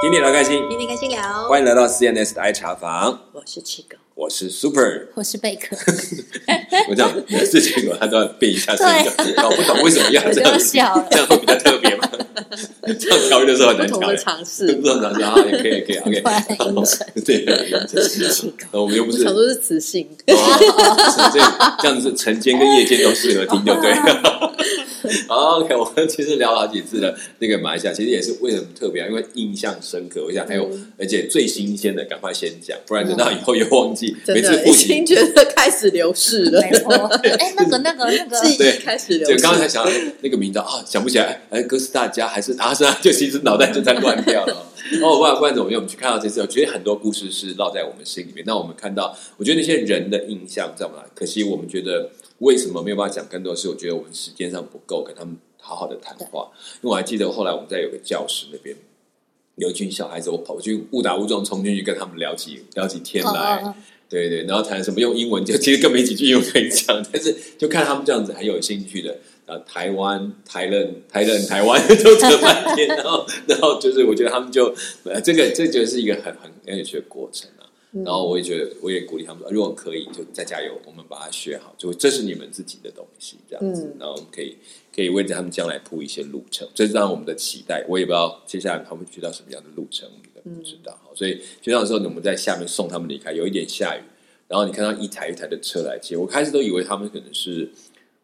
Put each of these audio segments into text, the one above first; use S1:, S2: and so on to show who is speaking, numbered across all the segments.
S1: 天天聊开心，
S2: 天天开心聊，
S1: 欢迎来到 CNS 的爱茶房，
S2: 我是七狗，
S1: 我是 Super。
S3: 我是 贝壳，
S1: 我这样每次结果他都要背一下声音，搞不懂为什么要
S3: 我
S1: 这
S3: 就
S1: 样
S3: 要
S1: 子，
S3: 笑了。
S1: 这样会比较特别嘛？这样调的时候很
S2: 不
S1: 难
S2: 同
S1: 调
S2: 的
S1: 耶，
S2: 尝试
S1: 不，知道怎么调啊？也可以，可以，OK
S3: 对。
S1: 对，那我们又不是
S2: 常都是雌性，
S1: 哦，这样这样子，晨间跟夜间都适合听，对不 对？好，OK，我们其实聊了好几次了。那个马来西亚其实也是为什么特别啊，因为印象深刻。我想还有，
S2: 嗯
S1: 而且最新鲜的，赶快先讲，不然等到以后又忘记。每
S2: 真
S1: 次
S2: 的
S1: 复
S2: 已
S1: 习
S2: 经，觉得开始流逝了，
S3: 没错，哎，那个那个那个，
S2: 记
S1: 对
S2: 忆开始流
S1: 就
S2: 逝
S1: 刚。才想到那个名字啊，想不起来，哎，哥斯大家还是阿莎，就其实脑袋就在乱掉了。哦，不然不然怎么样？我们去看到这次，我觉得很多故事是烙在我们心里面。那我们看到，我觉得那些人的印象，知道吗？可惜我们觉得为什么没有办法讲更多事？我觉得我们时间上不够跟他们好好的谈话。因为我还记得后来我们在有个教室那边。有一群小孩子，我跑去误打误撞冲进去跟他们聊起聊起天来，
S3: 嗯嗯嗯
S1: 对对，然后谈什么用英文，就其实根本没几句英文可以讲，但是就看他们这样子很有兴趣的。啊，台湾、台人、台人、台湾 都扯半天，然后，然后就是我觉得他们就，呃，这个这就是一个很很很有趣的过程啊。
S3: 嗯
S1: 然后我也觉得，我也鼓励他们说，如果可以，就再加油，我们把它学好，就这是你们自己的东西，这样子。
S2: 嗯
S1: 然后我们可以可以为他们将来铺一些路程，这是让我们的期待。我也不知道接下来他们去到什么样的路程，我们也不知道。所以学校的时候，我们在下面送他们离开，有一点下雨，然后你看到一台一台的车来接，我开始都以为他们可能是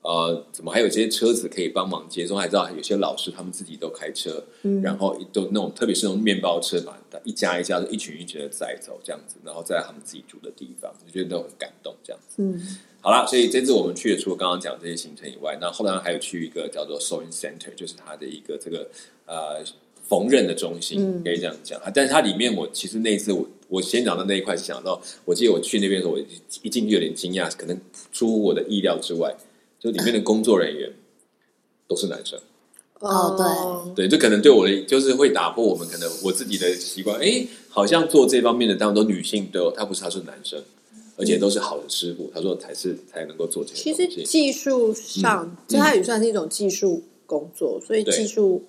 S1: 呃，怎么还有这些车子可以帮忙接送？还知道有些老师他们自己都开车，
S2: 嗯
S1: 然后都那种，特别是那种面包车嘛，一家一家的，一群一群的载走这样子，然后载到他们自己住的地方，我觉得都很感动这样子。
S2: 嗯，
S1: 好啦，所以这次我们去了，除了刚刚讲这些行程以外，那后来还有去一个叫做 Sewing Center，就是它的一个这个呃缝纫的中心，
S2: 嗯
S1: 可以这样讲。啊但是它里面我其实那一次我我先讲到那一块，想到我记得我去那边的时候，我一进去有点惊讶，可能出乎我的意料之外，就里面的工作人员都是男生。
S2: 哦
S3: 哦，
S1: 对，这可能对我的就是会打破我们可能我自己的习惯。哎，好像做这方面的，当然都女性都有，他不是他是男生，而且都是好的师傅，他说才是才能够做这
S2: 其
S1: 些东
S2: 实
S1: 西。
S2: 技术上，
S1: 嗯
S2: 这它也算是一种技术工作，所以
S1: 对
S2: 技术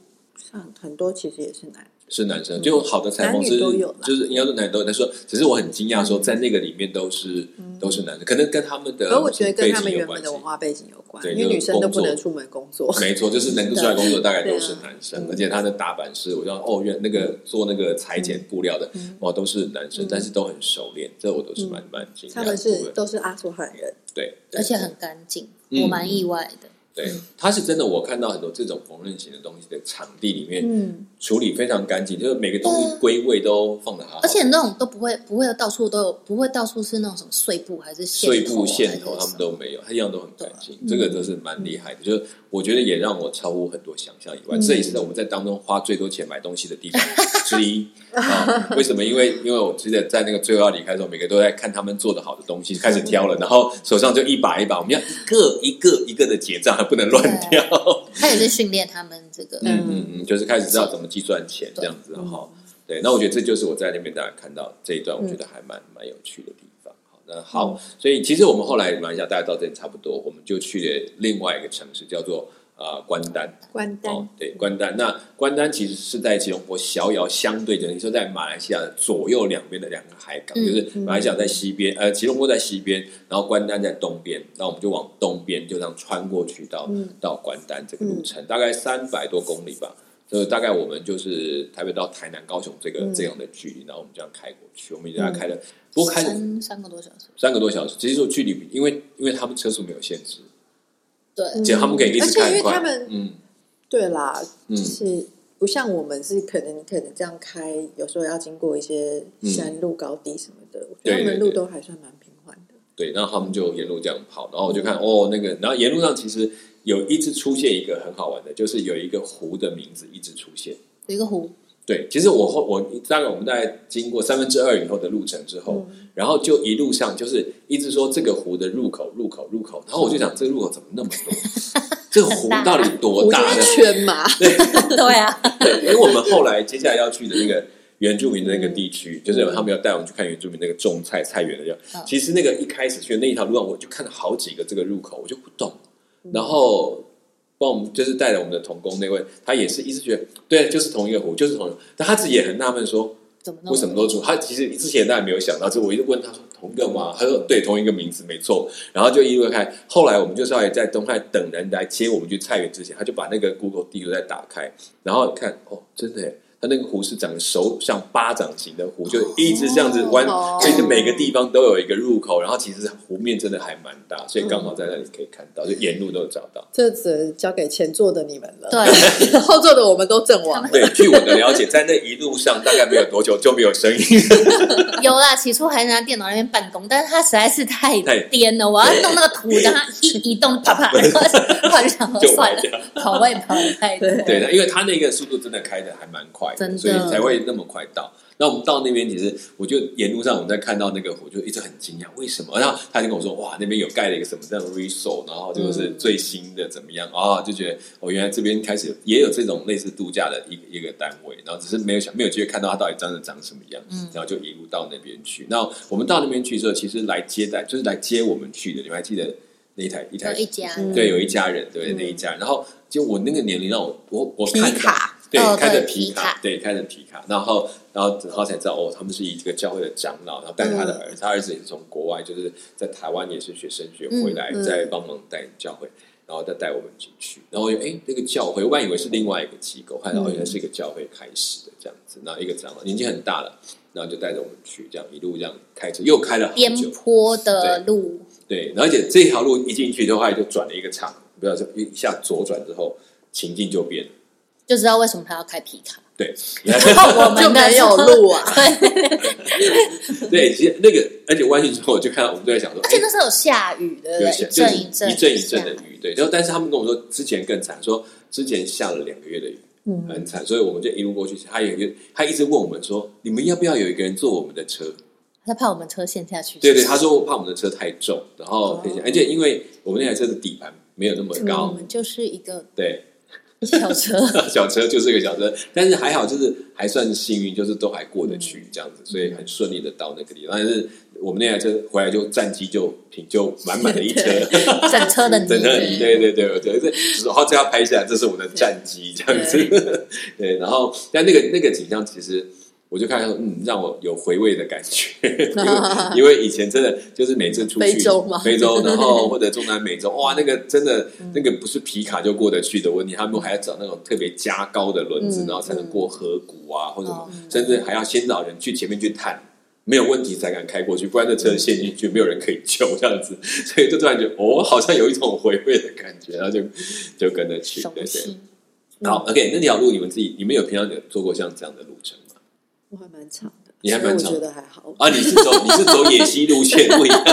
S2: 上很多其实也是难。
S1: 是男生，就好的裁缝
S2: 男
S1: 师
S2: 女都有啦
S1: 就是应该说男女都有，但说只是我很惊讶说在那个里面都是都是男生，可能跟他们的
S2: 而我觉得跟他
S1: 嗯背景
S2: 们
S1: 有
S2: 原
S1: 关系
S2: 本的文化背景有关，
S1: 对
S2: 因为女生都不能出门工作。
S1: 没错，就是能够出来工作大概
S2: 对
S1: 都
S2: 啊
S1: 是男生，而且他的打板是，我知道哦，原那个做那个裁剪布料的，
S2: 嗯
S1: 哦，都是男生，但是都很熟练，这我都是蛮蛮惊讶的。
S2: 他们是都是阿富汗人，
S1: 对，对
S3: 而且很干净，
S1: 嗯
S3: 我蛮意外的。
S1: 对，
S2: 嗯
S1: 它是真的。我看到很多这种缝纫型的东西的场地里面，
S2: 嗯，
S1: 处理非常干净，就是每个东西
S3: 对啊
S1: 归位都放的好好的，
S3: 而且那种都不会，不会到处都有，不会到处是那种什么碎布还是
S1: 碎布、线
S3: 线
S1: 头
S3: 头啊
S1: 他们都没有，嗯它一样都很干净。这
S2: 对
S1: 个都是蛮厉害的，就是我觉得也让我超乎很多想象以外。
S2: 嗯
S1: 这也是我们在当中花最多钱买东西的地方之一 啊。为什么？因为因为我记得在那个最后要离开的时候，每个都在看他们做的好的东西，开始挑了，然后手上就一把一把，我们要一个一个一个的结账，还不能乱挑。
S3: 他也是训练他们这个，
S1: 嗯嗯嗯，就是开始知道怎么计算钱这样子哈。好对，那我觉得这就是我在那边大家看到这一段，我觉得还蛮蛮有趣的地方。好，那好，所以其实我们后来马来西亚大家到这里差不多，我们就去了另外一个城市，叫做呃关丹。
S2: 关
S1: 哦
S2: 丹，
S1: 对，关丹。那关丹其实是在吉隆坡小遥相对的，你说在马来西亚的左右两边的两个海港，
S3: 嗯
S1: 就是马来西亚在西边，呃，吉隆坡在西边，然后关丹在东边。那我们就往东边就这样穿过去到、
S2: 嗯
S1: 到关丹这个路程，大概三百多公里吧。就大概我们就是台北到台南、高雄这个、
S2: 嗯
S1: 这样的距离，然后我们这样开过去，我们大概开了，不过开了
S3: 三三个多小时，
S1: 三个多小时。其实说距离比，因为因为他们车速没有限制，
S3: 对，
S1: 且他们可以一
S2: 嗯而
S1: 直
S2: 且
S1: 开很
S2: 因为
S1: 快。
S2: 他们
S1: 嗯
S2: 对啦，
S1: 嗯
S2: 就是不像我们是可能你可能这样开，有时候要经过一些山路、高低什么的，我
S1: 嗯
S2: 觉
S1: 对
S2: 得他
S1: 对
S2: 们路
S1: 对
S2: 都还算蛮平缓的。
S1: 对，然后他们就沿路这样跑，然后我就看哦，那个，然后沿路上其实有一直出现一个很好玩的，就是有一个湖的名字一直出现。
S3: 有一个 湖，
S1: 对，其实我后我大概我们大概经过三分之二以后的路程之后，
S2: 嗯
S1: 然后就一路上就是一直说这个湖的入口入口入口，然后我就想这个入口怎么那么 多？这个湖到底多
S2: 我就
S1: 大呢？
S2: 是圈嘛，
S3: 对啊，
S1: 对，因为我们后来接下来要去的那个原住民的那个地区，就是他们要带我们去看原住民那个种菜菜园的样。
S3: 嗯
S1: 其实那个一开始去的那一条路上，我就看了好几个这个入口，我就不懂。然后帮我们就是带了我们的童工那位，他也是一直觉得对，就是同一个湖，就是同一个，但他自己也很纳闷说，
S3: 怎么弄？
S1: 为什么都住？他其实之前他也没有想到，就我一直问他说同一个吗？他说对，同一个名字没错。然后就一路看，后来我们就是要在东海等人来接我们去菜园之前，他就把那个 Google 地图再打开，然后看哦，真的耶，他那个湖是长得手像巴掌型的湖，就一直这样子弯，
S3: 哦
S1: 所以就每个地方都有一个入口。然后其实湖面真的还蛮大，所以刚好在那里可以看到，就沿路都有找到。
S2: 这只能交给前座的你们了。
S3: 对，
S2: 后座的我们都阵亡。
S1: 对，据我的了解，在那一路上大概没有多久就没有声音。
S3: 有啦，起初还拿电脑那边办公，但是他实在是太
S1: 太
S3: 颠了，我要弄那个图，让他 一移动，啪啪，后来想说
S1: 就
S3: 算
S1: 歪掉
S3: 了，跑位跑得太多，
S2: 对
S1: 对，那因为他那个速度真的开的还蛮快的，
S3: 真的
S1: 所以才会那么快到。那我们到那边，其实我就沿路上我们在看到那个湖，就一直很惊讶，为什么？然后他就跟我说，哇，那边有盖了一个什么叫 resort，然后就是最新的怎么样啊、就觉得哦，原来这边开始也有这种类似度假的一个一个单位，然后只是没有想没有机会看到它到底真的长什么样，然后就一路到那边去。那我们到那边去之后，其实来接待就是来接我们去的，你们还记得那一台一台
S3: 有一家
S2: 嗯
S1: 对，有一家人，对那一家人。然后就我那个年龄，让我我我看
S3: 嗯
S1: 到
S3: 皮卡，
S1: 对
S3: 哦，
S1: 开着
S3: 对
S1: 皮
S3: 皮卡
S1: 对，开着皮卡。然后然后然后才知道哦，他们是一个教会的长老，然后带着他的
S3: 嗯
S1: 儿子，他儿子也是从国外，就是在台湾也是学升学回来，
S2: 嗯嗯
S1: 再帮忙带教会。然后再带我们进去，然后我就哎，那个教会，我本来以为是另外一个机构，后来
S3: 嗯
S1: 好像是一个教会开始的这样子。那一个长老年纪很大了，然后就带着我们去，这样一路这样开车，又开了好
S3: 边
S1: 久，
S3: 坡的路，
S1: 对，而且这条路一进去的话，就转了一个场，不要说一下左转之后，情境就变了。
S3: 就知道为什么他要开皮卡，
S1: 对，
S3: 然 后我们
S2: 就没有
S3: 路。
S2: 路啊！
S1: 对，其实那个，而且弯进去之后，我就看到我们都在想说，
S3: 而且
S1: 哎
S3: 那时候有下雨，对不
S1: 有
S3: 对？
S1: 些
S3: 一
S1: 就是
S3: 阵
S1: 一
S3: 阵一
S1: 阵一阵的
S3: 下
S1: 雨，对。然后，但是他们跟我说，之前更惨，说之前下了两个月的雨，
S2: 嗯
S1: 很惨，所以我们就一路过去。他有一个，他一直问我们说，你们要不要有一个人坐我们的车？
S3: 他怕我们车陷下去。
S1: 对
S3: 是
S1: 对，
S3: 不
S1: 他
S3: 是
S1: 说怕我们的车太重，然后而且因为我们那台车的底盘没有那么
S3: 我
S1: 高，
S3: 们就是一个
S1: 对，
S3: 小车，
S1: 小车就是个小车，但是还好，就是还算幸运，就是都还过得去这样子，所以很顺利的到那个地方。但是我们那台车回来就战绩就挺就满满的一车，
S3: 整车的泥，
S1: 整个对对对，我觉得这就是哦，这要拍下来，这是我的战绩这样子。 对，然后但那个那个景象其实。我就看到，嗯，让我有回味的感 觉，因为因为以前真的就是每次出去
S2: 非洲吗
S1: 非洲，然后或者中南美洲，哇，那个真的
S2: 嗯
S1: 那个不是皮卡就过得去的问题，他们还要找那种特别加高的轮子，
S2: 嗯
S1: 然后才能过河谷啊，或者什么
S3: 哦，
S1: 甚至还要先找人去前面去探，没有问题才敢开过去，不然这车陷进去，没有人可以救这样子，所以就突然觉得哦，好像有一种回味的感觉，然后就就跟着去，
S3: 熟
S1: 对对。
S3: 悉。嗯
S1: 好，OK，那条路你们自己，你们有平常有做过像这样的路程吗？
S2: 我还蛮长的，
S1: 你还蛮长
S2: 所以我觉得还好。
S1: 啊，你是走你是走野溪路线不一样，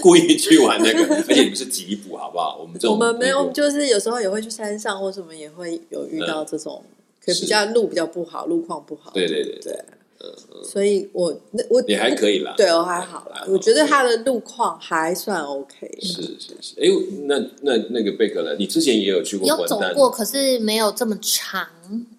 S1: 故意去玩那个，而且你们是吉普，好不好？我们这
S2: 我
S1: 种
S2: 们没
S1: 那
S2: 有，
S1: 个
S2: 就是有时候也会去山上或什么，也会有遇到这种，可
S1: 是
S2: 比较路比较不好，路况不好。
S1: 嗯对对对，
S2: 对，所以我那我
S1: 也还可以啊啦。
S2: 对我哦还好啦，我觉得他的路况还算 OK。
S1: 是是是，哎，那那那个贝壳呢？你之前也有去过
S3: 有
S1: 关
S3: 走
S1: 丹，
S3: 过，可是没有这么长，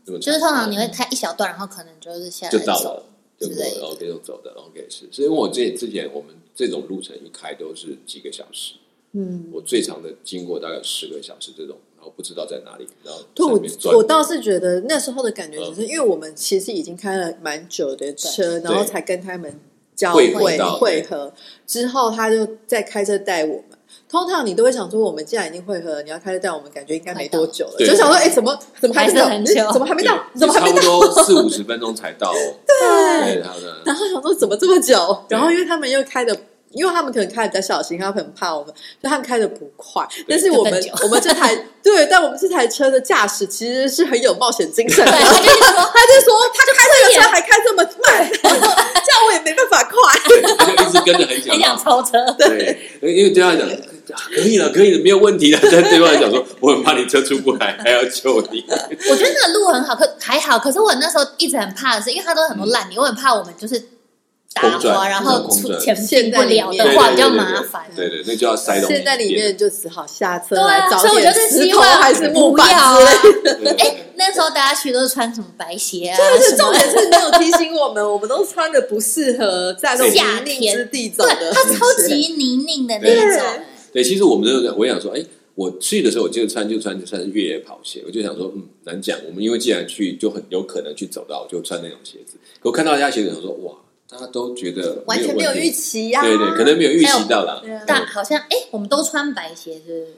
S1: 对不对
S3: 就是通常你会开一小段，然后可能就是下来
S1: 就到
S3: 走
S1: 了，就过
S3: 之类的
S1: 了，OK 就走的，OK 是。所以我这之前我们这种路程一开都是几个小时，
S2: 嗯，
S1: 我最长的经过大概十个小时这种，然后不知道在哪里，然后
S2: 对
S1: 在那
S2: 我
S1: 边
S2: 我
S1: 转。
S2: 倒是觉得那时候的感觉，只是
S1: 嗯
S2: 因为我们其实已经开了蛮久的车，然后才跟他们交
S1: 会
S2: 汇
S1: 合到
S2: 汇合之后，他就再开车带我们。通常你都会想说，我们既然已经汇合了，你要开车带我们，感觉应该没多久了，
S1: 对
S2: 就想说，哎，怎么怎么还没到？
S3: 还是很久
S2: 哎怎么还没到？
S1: 对
S2: 怎么还
S1: 差
S2: 没
S1: 不
S2: 到？
S1: 多四五十分钟才到 哦。对，他的
S2: 然后想说怎么这么久？
S1: 对
S2: 然后因为他们又开的，因为他们可能开的比较小心，他们很怕我们，就他们开的不快。但是我们
S3: 就更久
S2: 我们这 台对，但我们这台车的驾驶其实是很有冒险精神的。
S3: 对，他
S2: 他
S3: 就是说
S2: 就说他就开这个车还开这么慢， 这样我也没办法 快。
S1: 对，他就一直跟着 很久
S2: 哎
S3: 很想超车，
S1: 对，因为对他来讲，啊可以了，可以了，没有问题了。 但对方来讲说，我很怕你车出不来，还要救你。
S3: 我觉得那个路很好，可还好。可是我那时候一直很怕的是，因为它都很多烂泥，我很怕我们就是打
S1: 空转
S3: 滑，然后
S1: 空
S3: 出
S1: 转
S3: 前
S2: 陷
S3: 进
S2: 在
S3: 不
S2: 里面
S3: 了
S1: 对
S3: 的
S1: 对
S3: 话
S1: 对
S3: 比较
S1: 对
S3: 麻烦。
S1: 对对，那就要塞东西。
S2: 现在里面就只好下车
S3: 对
S2: 来
S3: 啊，
S2: 找
S3: 所以我就
S2: 点
S3: 是
S2: 石
S3: 希
S2: 头
S3: 望
S2: 还是木板
S3: 不要
S2: 之类
S3: 啊
S2: 的。。
S1: 对，对
S3: 哎，那时候大家去都是穿什么白鞋啊，
S2: 但是
S3: 什
S2: 重
S3: 么
S2: 点是没有提醒我们，我们都穿的不适合在那种泥泞之地走
S3: 对
S2: 的，
S3: 它超级泥泞的那一
S2: 对
S3: 种。
S1: 对，其实我们都有在，我想说，哎，我去的时候，我就穿就穿就穿越野跑鞋，我就想说，嗯，难讲。我们因为既然去，就很有可能去走到，就穿那种鞋子。可我看到人家鞋子，我说哇，大家都觉得
S3: 完全没有
S1: 问题，
S3: 预期呀、
S1: 对对，可能没有预
S3: 还
S1: 期
S3: 有
S1: 到啦
S2: 对啊。
S3: 但好像哎、我们都穿白鞋是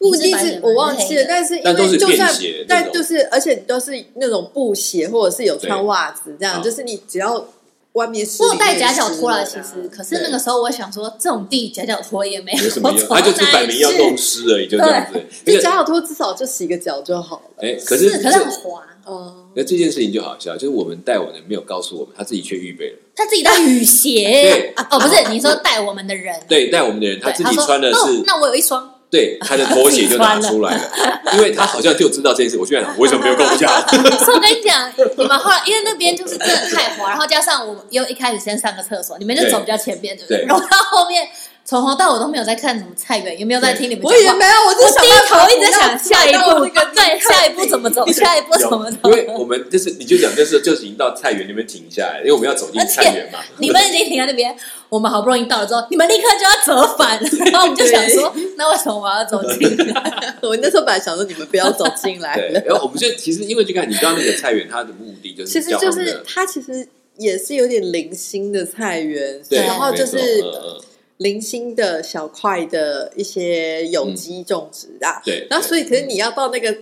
S3: 不是
S2: 不一定
S3: 你是白
S2: 是
S3: 人吗
S2: 我忘记了，
S3: 你
S2: 但是因
S1: 但都
S2: 为
S1: 是
S2: 就算
S1: 便鞋那
S2: 但
S1: 种
S2: 就是，而且你都是那种布鞋，或者是有穿
S1: 对
S2: 袜子这样，
S1: 啊
S2: 就是你只要外面湿，
S3: 我有带
S2: 里面
S3: 夹脚拖啦，
S2: 湿
S3: 其实，可是
S1: 对啊
S3: 那个时候我想说，这种地夹脚拖也没
S1: 有
S3: 有
S1: 什么用？
S3: 从
S1: 他就是
S3: 哪
S1: 摆
S3: 里
S1: 明要
S3: 去
S1: 弄湿而已，就这样子。
S2: 就
S1: 而且
S2: 夹脚拖至少就洗个脚就好了。
S1: 哎，可
S3: 是
S1: 是
S3: 可是很滑，哦
S2: 嗯，
S1: 那这件事情就好笑，就是我们带我的没有告诉我们，他自己却预备了。
S3: 他自己带雨鞋
S1: 对
S3: 啊哦，不是，你说带我们的人，
S1: 对，带我们的人他
S3: 对，
S1: 自己
S3: 说
S1: 穿的
S3: 哦
S1: 是，
S3: 那我有一双，
S1: 对他的拖鞋就拿出来了，因为他好像就知道这件事。我居然我为什么没有跟我讲？
S3: 所以我跟你讲，你们后来因为那边就是真的太滑，然后加上我又一开始先上个厕所，你们就
S1: 对
S3: 走比较前面，对不
S1: 对
S3: 然后到后面从头到尾都没有在看什么菜园，也没有在
S1: 对
S3: 听你们
S2: 我也
S3: 讲话。
S2: 没有，我就
S3: 我
S2: 想
S3: 低
S2: 办法
S3: 头一直在想下一
S2: 不要
S3: 步
S2: 到这个，
S3: 对，下一步怎么走，下一 步怎么
S1: 因。
S3: 走
S1: 为我们就是你就讲就是就是已经到菜园那边停下来，因为我们要走进菜园嘛。
S3: 你们已经停在那边，我们好不容易到了之后，你们立刻就要折返，然后我们就想说，那为什么我要走进来？
S2: 我那时候本来想说你们不要走进 来
S1: 对，
S2: 了，
S1: 然后我们就其实因为就看你知道那个菜园它的目的就是
S2: 其实
S1: 叫他
S2: 就
S1: 们
S2: 是
S1: 的。
S2: 它其实也是有点零星的菜园，
S1: 对，
S2: 然后
S1: 没
S2: 就
S1: 错
S2: 是
S1: 嗯嗯
S2: 零星的小块的一些有机种植啊。
S1: 对
S2: 然后所以可是你要到那个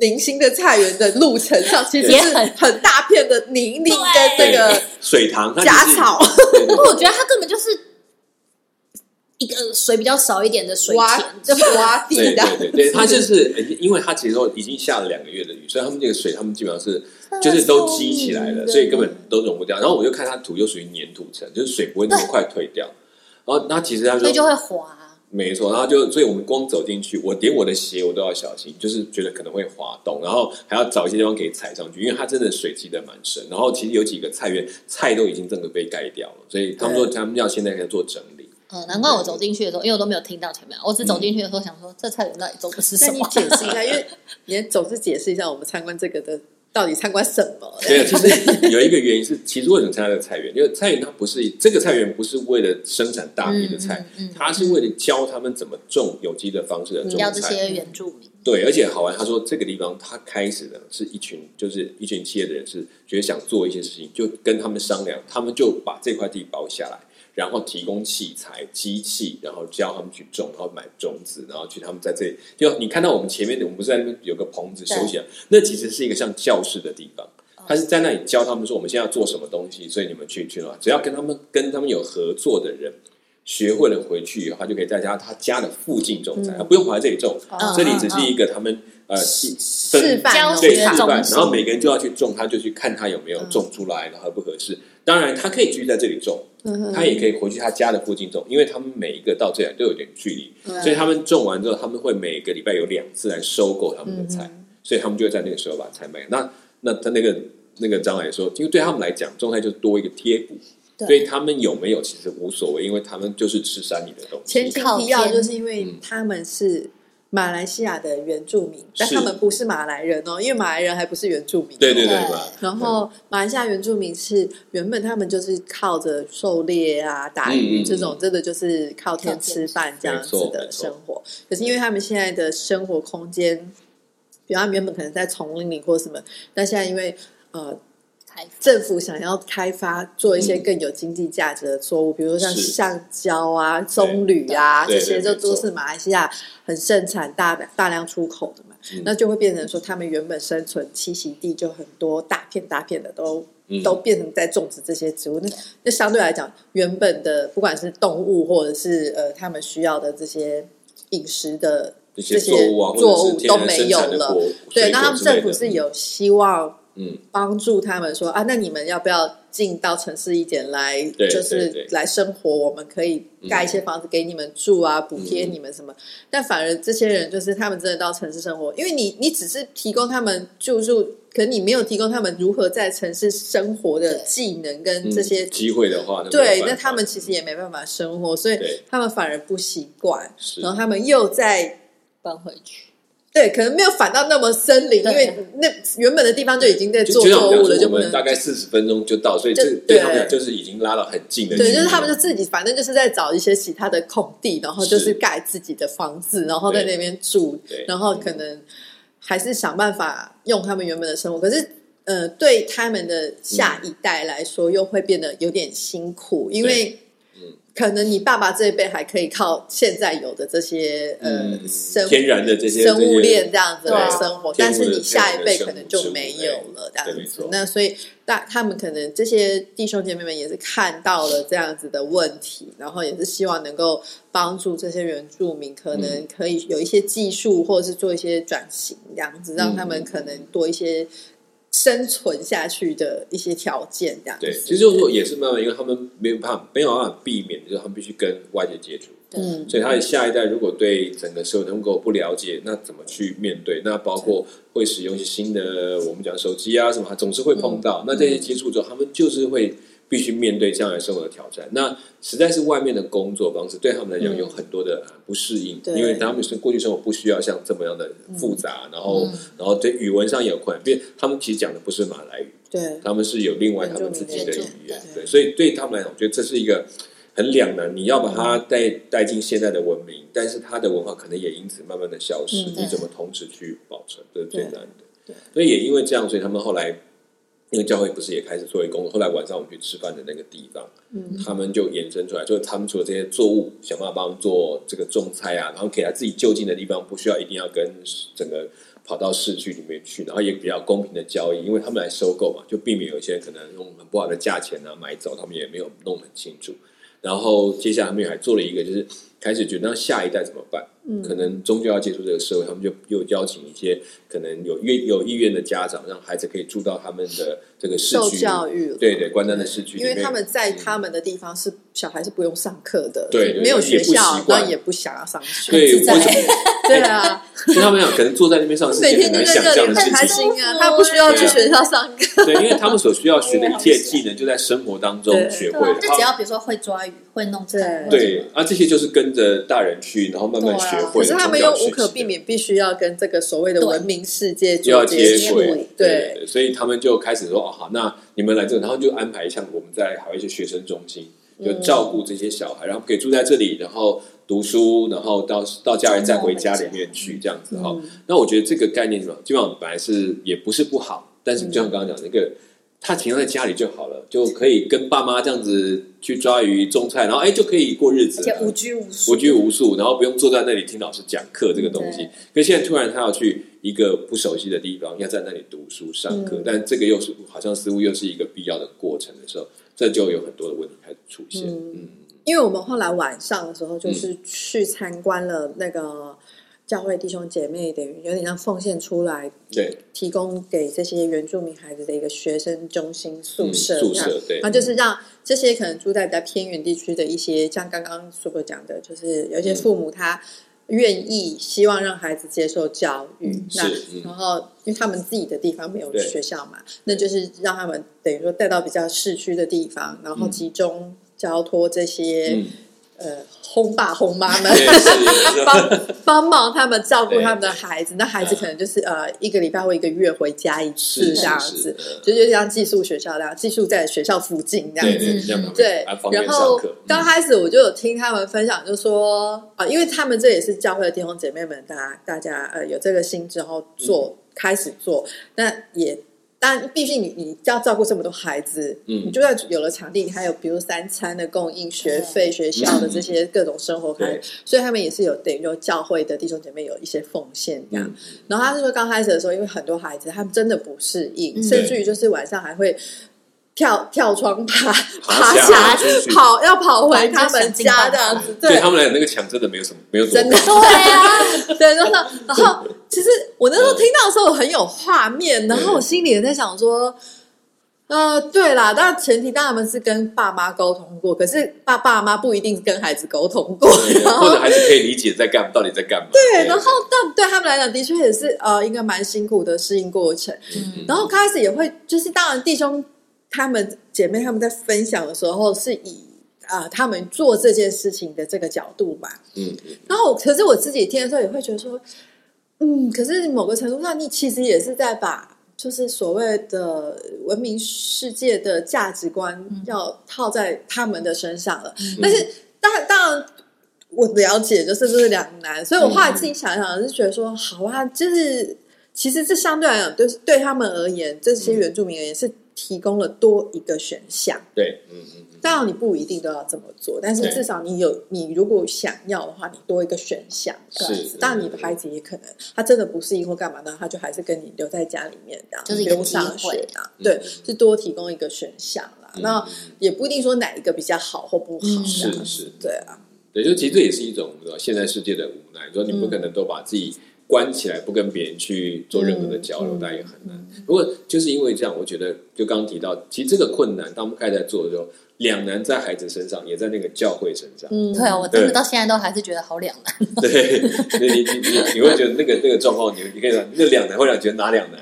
S2: 零星的菜园的路程上，其实
S3: 也
S2: 是
S3: 很
S2: 很大片的泥泞跟
S3: 对
S1: 对
S2: 这个
S1: 水塘它就是
S2: 杂，草，
S1: 对对
S3: 不，我觉得它根本就是一个水比较少一点的水
S2: 挖
S3: 田，
S2: 就 挖地
S1: 对
S2: 的。
S1: 对对对，它就是呃因为它其实已经下了两个月的雨，所以他们这个水他们基本上是就是都积起来了，所以根本都融不掉。然后我就看它土又属于粘土层，就是水不会那么快退掉。然后它其实它
S3: 所以就
S1: 说
S3: 会滑。
S1: 没错，然后就所以我们光走进去，我连我的鞋我都要小心，就是觉得可能会滑动，然后还要找一些地方给踩上去，因为它真的水积得蛮深。然后其实有几个菜园菜都已经整个被盖掉了，所以他们说他们要现在在做整理。
S3: 嗯，难怪我走进去的时候，因为我都没有听到前面，我只
S1: 嗯
S3: 走进去的时候想说，这菜园到底种的是
S2: 那
S3: 什
S2: 你
S3: 么？
S2: 解 释一 下，因为你总是解释一下我们参观这个的到底参观什么？
S1: 对，其实有一个原因 是，其实为什么参加这个菜园？因为菜园它不是这个菜园不是为了生产大米的菜，
S3: 嗯嗯嗯嗯
S1: 它是为了教他们怎么种有机的方式来
S3: 要
S1: 种
S3: 这
S1: 菜。
S3: 些原住民，
S1: 对，而且好玩，他说这个地方他开始的是一群就是一群企业的人是觉得想做一些事情，就跟他们商量，他们就把这块地包下来。然后提供器材、机器，然后教他们去种，然后买种子，然后去他们在这里。就你看到我们前面的，我们不是在那边有个棚子休息啊？那其实是一个像教室的地方，
S2: 哦
S1: 他是在那里教他们说我们现在要做什么东西，所以你们去去哪？只要跟他们跟他们有合作的人学会了回去以后，他就可以在家他家的附近种菜，他不用跑来这里种，
S2: 嗯哦
S1: 这里只是一个他们呃
S2: 示
S1: 示
S2: 范
S3: 教
S2: 哦
S1: 对
S3: 学
S1: 示
S3: 中嗯
S1: 范，
S3: 心
S1: 然后每个人就要去种，他就去看他有没有种出来，然后合不合适。当然，他可以继续在这里种，
S3: 嗯
S1: 他也可以回去他家的附近种，因为他们每一个到这里都有点距
S3: 嗯
S1: 离，所以他们种完之后，他们会每个礼拜有两次来收购他们的菜，
S3: 嗯
S1: 所以他们就会在那个时候把菜卖。那那他那个那个张来说，因为对他们来讲，种菜就是多一个贴补，
S3: 对
S1: 所以他们有没有其实无所谓，因为他们就是吃山里的东
S2: 前
S1: 西。
S2: 提提要就是因为他们是马来西亚的原住民，但他们不是马来人哦，因为马来人还不是原住民哦、
S1: 对对对
S3: 对
S1: 吧？
S2: 然后马来西亚原住民是原本他们就是靠着狩猎啊、打
S1: 嗯
S2: 鱼
S1: 嗯嗯
S2: 这种，真的就是靠天吃饭这样子的生活。可是因为他们现在的生活空间，比如他们原本可能在丛林里或什么，但现在因为呃
S3: 才
S2: 政府想要开发做一些更有经济价值的作物，比如说像
S1: 嗯是
S2: 橡胶啊、棕榈啊
S1: 对
S2: 这
S1: 对
S2: 些，
S1: 对
S2: 就
S1: 没错
S2: 都是马来西亚很盛产大大量出口的嘛。
S1: 嗯
S2: 那就会变成说，他们原本生存栖息地就很多大片大片的都。
S1: 嗯
S2: 都变成在种植这些植物，那那相对来讲，原本的不管是动物或者是呃他们需要的这些饮食的
S1: 这些
S2: 这些
S1: 作物啊，或者
S2: 作
S1: 是
S2: 物
S1: 天
S2: 都
S1: 然
S2: 没
S1: 生
S2: 有
S1: 产的
S2: 了
S1: 果
S2: 对，
S1: 水
S2: 那
S1: 果
S2: 他们
S1: 之类
S2: 政府
S1: 的
S2: 是有希望
S1: 嗯，
S2: 帮助他们说啊，那你们要不要进到城市一点来，
S1: 对
S2: 就
S1: 对
S2: 是
S1: 对
S2: 来生活？我们可以盖一些房子给你们住啊，
S1: 嗯
S2: 补贴你们什么？但反而这些人就是他们真的到城市生活，因为你你只是提供他们住宿，可你没有提供他们如何在城市生活的
S3: 对
S2: 技能跟
S1: 嗯
S2: 这些。
S1: 机会的话，没有
S2: 对，
S1: 办
S2: 那
S1: 法
S2: 他们其实也没办法生活，所以
S1: 对
S2: 他们反而不习惯，
S1: 是
S2: 然后他们又在
S3: 搬回去。
S2: 对，可能没有反到那么森林，
S3: 对
S2: 因为那原本的地方就已经在
S1: 就
S2: 做
S1: 就像
S2: 作
S1: 我们
S2: 物了，
S1: 讲说，
S2: 就
S1: 我
S2: 不
S1: 们
S2: 能
S1: 大概四十分钟就到，所以这
S2: 就
S1: 对他们
S2: 对
S1: 讲就是已经拉到很近的距离
S2: 对，
S1: 了。
S2: 就是他们就自己，反正就是在找一些其他的空地，然后就是
S1: 是
S2: 盖自己的房子，然后在那边住
S1: 对，
S2: 然后可能还是想办法用他们原本的生活，可是。呃，对他们的下一代来说，又会变得有点辛苦，因为
S1: 嗯
S2: 可能你爸爸这一辈还可以靠现在有的这些呃
S1: 嗯
S2: 生
S1: 天然的这些
S2: 生物链
S1: 这
S2: 这样子
S3: 对
S2: 来
S3: 啊
S2: 生活，
S1: 天
S2: 哦但
S1: 然的
S2: 是你下
S1: 天然
S2: 一
S1: 的
S2: 辈
S1: 生
S2: 可
S1: 物
S2: 能就
S1: 植物
S2: 没有
S1: 类
S2: 了这
S1: 对没
S2: 样子
S1: 错。
S2: 那所以大他们可能这些弟兄姐妹们也是看到了这样子的问题，然后也是希望能够帮助这些原住民，可
S1: 嗯
S2: 能可以有一些技术或者是做一些转型，这样子让他
S1: 嗯
S2: 们可能多一些生存下去的一些条件，这样子。
S1: 对，其实就是说也是慢慢，因为他们没有办法没有办法避免，就是他们必须跟外界接触。
S2: 嗯，
S1: 所以他的下一代如果对整个社会能够不了解，那怎么去面对？那包括会使用一些新的，我们讲手机啊什么，总是会
S2: 嗯
S1: 碰到。那这些接触之后，他们就是会必须面对这样的生活的挑战。那实在是外面的工作方式对他们来讲有很多的呃不适应，
S2: 对嗯
S1: 因为他们是过去生活不需要像这么样的复杂，然后然后对语文上也有困难，因为他们其实讲的不是马来语，
S2: 对，
S1: 他们是有另外他们自己的
S3: 原住
S1: 语
S3: 民
S1: 言，
S2: 对
S1: 对，所以对他们来讲，我觉得这是一个很两难。你要把它带带进现代的文明，但是它的文化可能也因此慢慢的消失。
S2: 嗯
S1: 你怎么同时去保存，这是最
S2: 对
S1: 难的。所以也因为这样，所以他们后来，因为教会不是也开始作为工作，后来晚上我们去吃饭的那个地方，
S2: 嗯
S1: 他们就衍生出来，就是他们除了这些作物，想办法帮他们做这个种菜啊，然后给他自己就近的地方，不需要一定要跟整个跑到市区里面去，然后也比较公平的交易，因为他们来收购嘛，就避免有一些人可能用很不好的价钱啊买走，他们也没有弄得很清楚。然后接下来他们也还做了一个，就是开始觉得那下一代怎么办？
S2: 嗯
S1: 可能终究要接触这个社会，他们就又邀请一些可能有愿有意愿的家长，让孩子可以住到他们的这个市
S2: 受
S1: 区，
S2: 教育了
S1: 对对，关丹的市区里
S2: 因
S1: 面，
S2: 为他们在他们的地方是小孩是不用上课的，
S1: 对对
S2: 没有学
S1: 也不
S2: 校
S1: 习，惯
S2: 然后也不想要上学，
S1: 对，
S3: 自在
S1: 我想
S2: 对啊，
S1: 跟他们讲，可能坐在那边上是
S2: 每
S1: 一件
S2: 天
S1: 很
S2: 就
S1: 难想象
S2: 在这里
S1: 的事
S2: 很开
S1: 情。
S2: 心啊，他不需要去学校上课，啊
S1: 对，因为他们所需要学的一切技能，就在生活当中
S2: 对
S1: 学
S3: 对
S1: 会
S3: 啊
S1: 了。，
S3: 就只要比如说会抓鱼、会弄菜，
S2: 对
S1: 对啊，这些就是跟着大人去，然后慢慢
S3: 对啊
S1: 学
S2: 可
S1: 会
S2: 是
S1: 了。
S2: 他们
S1: 从
S2: 又
S1: 小学
S2: 无
S1: 习
S2: 可避免，必须要跟这个所谓的文明世界
S1: 就要
S2: 做
S1: 接
S2: 触
S1: 轨，
S2: 对，
S1: 所以他们就开始说：“哦，好，那你们来这，然后就安排像我们在还有一些学生中心，就照顾这些小孩，然后可以住在这里，然后读书，然后到到家人再回家里面去，这样子哈。那我觉得这个概念什么，基本上本来是也不是不好，但是就像刚刚讲那个。”他停留在家里就好了，就可以跟爸妈这样子去抓鱼、种菜，然后哎就可以过日子
S3: 而
S1: 了，
S3: 且无拘无束，
S1: 无拘无束，然后不用坐在那里听老师讲课这个东西
S3: 对。
S1: 可是现在突然他要去一个不熟悉的地方，要在那里读书上课，
S2: 嗯
S1: 但这个又是好像似乎又是一个必要的过程的时候，这就有很多的问题开始出现。嗯，
S2: 因为我们后来晚上的时候，就是去参观了那个教会弟兄姐妹，等于有点像奉献出来，
S1: 对，
S2: 提供给这些原住民孩子的一个学生中心宿
S1: 嗯
S2: 舍，
S1: 宿
S2: 这样
S1: 舍对
S2: 然后就是让这些可能住在比较偏远地区的一些，像刚刚苏博讲的，就是有一些父母他愿意希望让孩子接受教育，那
S1: 是嗯
S2: 然后因为他们自己的地方没有
S1: 对
S2: 学校嘛，那就是让他们等于说带到比较市区的地方，然后
S1: 嗯
S2: 集中交托这些、
S1: 嗯，
S2: 呃轰爸轰妈们。
S1: 对， 是
S2: 帮帮忙他们照顾他们的孩子，那孩子可能就是呃一个礼拜或一个月回家一次
S1: 是
S2: 这样
S1: 是
S2: 子，
S1: 是，
S2: 就是像寄宿学校那样，寄宿在学校附近这
S1: 对
S2: 样子。
S1: 对，这样他们
S2: 对
S1: 啊方，便
S2: 然
S1: 上
S2: 后
S1: 课。
S2: 刚
S1: 嗯
S2: 开始我就有听他们分享，就说啊、因为他们这也是教会的弟兄姐妹们，大家大家呃有这个心之后做、开始做，那也当然，毕竟你你要照顾这么多孩子，
S1: 嗯
S2: 你就算有了场地，你还有比如三餐的供应、学费、学校的这些各种生活开
S1: 嗯对
S2: 所以他们也是有等于有教会的弟兄姐妹有一些奉献
S1: 嗯
S2: 这样。然后他是说刚开始的时候，因为很多孩子他们真的不适应，
S3: 嗯
S2: 甚至于就是晚上还会跳跳窗爬
S1: 爬
S2: 爬
S1: 墙
S2: 来
S1: 出去
S2: 跑要跑回
S3: 反正
S2: 他们
S3: 想尽办法
S2: 家这样子，
S1: 对他们来讲，那个墙真的没有什么，没有什
S2: 真
S1: 么
S2: 的
S1: 帮助。
S3: 对啊，
S2: 对，然后然后其实我那时候听到的时候，我很有画面，然后我心里也在想说，呃，对啦，但前提当然他们是跟爸妈沟通过，可是爸爸妈不一定跟孩子沟通过，
S1: 对
S2: 然
S1: 或
S2: 后
S1: 者。还是可以理解在干到底在干嘛。
S2: 对，然后但对他们来讲，的确也是呃，应该蛮辛苦的适应过程。
S1: 嗯
S2: 然后刚开始也会，就是当然弟兄他们姐妹他们在分享的时候，是以啊、呃他们做这件事情的这个角度吧。
S1: 嗯嗯
S2: 然后我可是我自己听的时候也会觉得说，嗯，可是某个程度上，你其实也是在把就是所谓的文明世界的价值观要套在他们的身上了。但是，当当然。我了解，就是这是两难，所以我后来自己想一想，是觉得说，好啊，就是其实这相对来讲，就是对他们而言，这些原住民而言是提供了多一个选项。
S1: 对，嗯嗯嗯，
S2: 当然你不一定都要这么做，但是
S1: 对
S2: 至少你有，你如果想要的话，你多一个选项。这样
S1: 是
S2: 子但你的孩子也可能他真的不适应或干嘛，那他就还是跟你留在家里面这样，
S3: 就是一
S2: 不
S3: 个
S2: 用上
S3: 机
S2: 学
S3: 会
S2: 啊。
S1: 嗯
S2: 对，是多提供一个选项啦。那
S1: 嗯嗯
S2: 也不一定说哪一个比较好或不好
S3: 嗯，
S2: 这样
S1: 是
S2: 子
S1: 是，
S2: 对啊，
S1: 对，就其实这也是一种我们说现在世界的无奈，说你
S3: 嗯
S1: 不可能都把自己关起来，不跟别人去做任何的交流
S2: 嗯，
S1: 那、也很难。不过就是因为这样，我觉得就刚刚提到，其实这个困难，当我们开始在做的时候，两难在孩子身上，也在那个教会身上。
S2: 嗯，
S3: 对，啊我真的
S1: 对
S3: 到现在都还是觉得好啊两难。
S1: 对，你你你你会觉得那个那个状况，你你可以讲那两难，会让你觉得哪两难？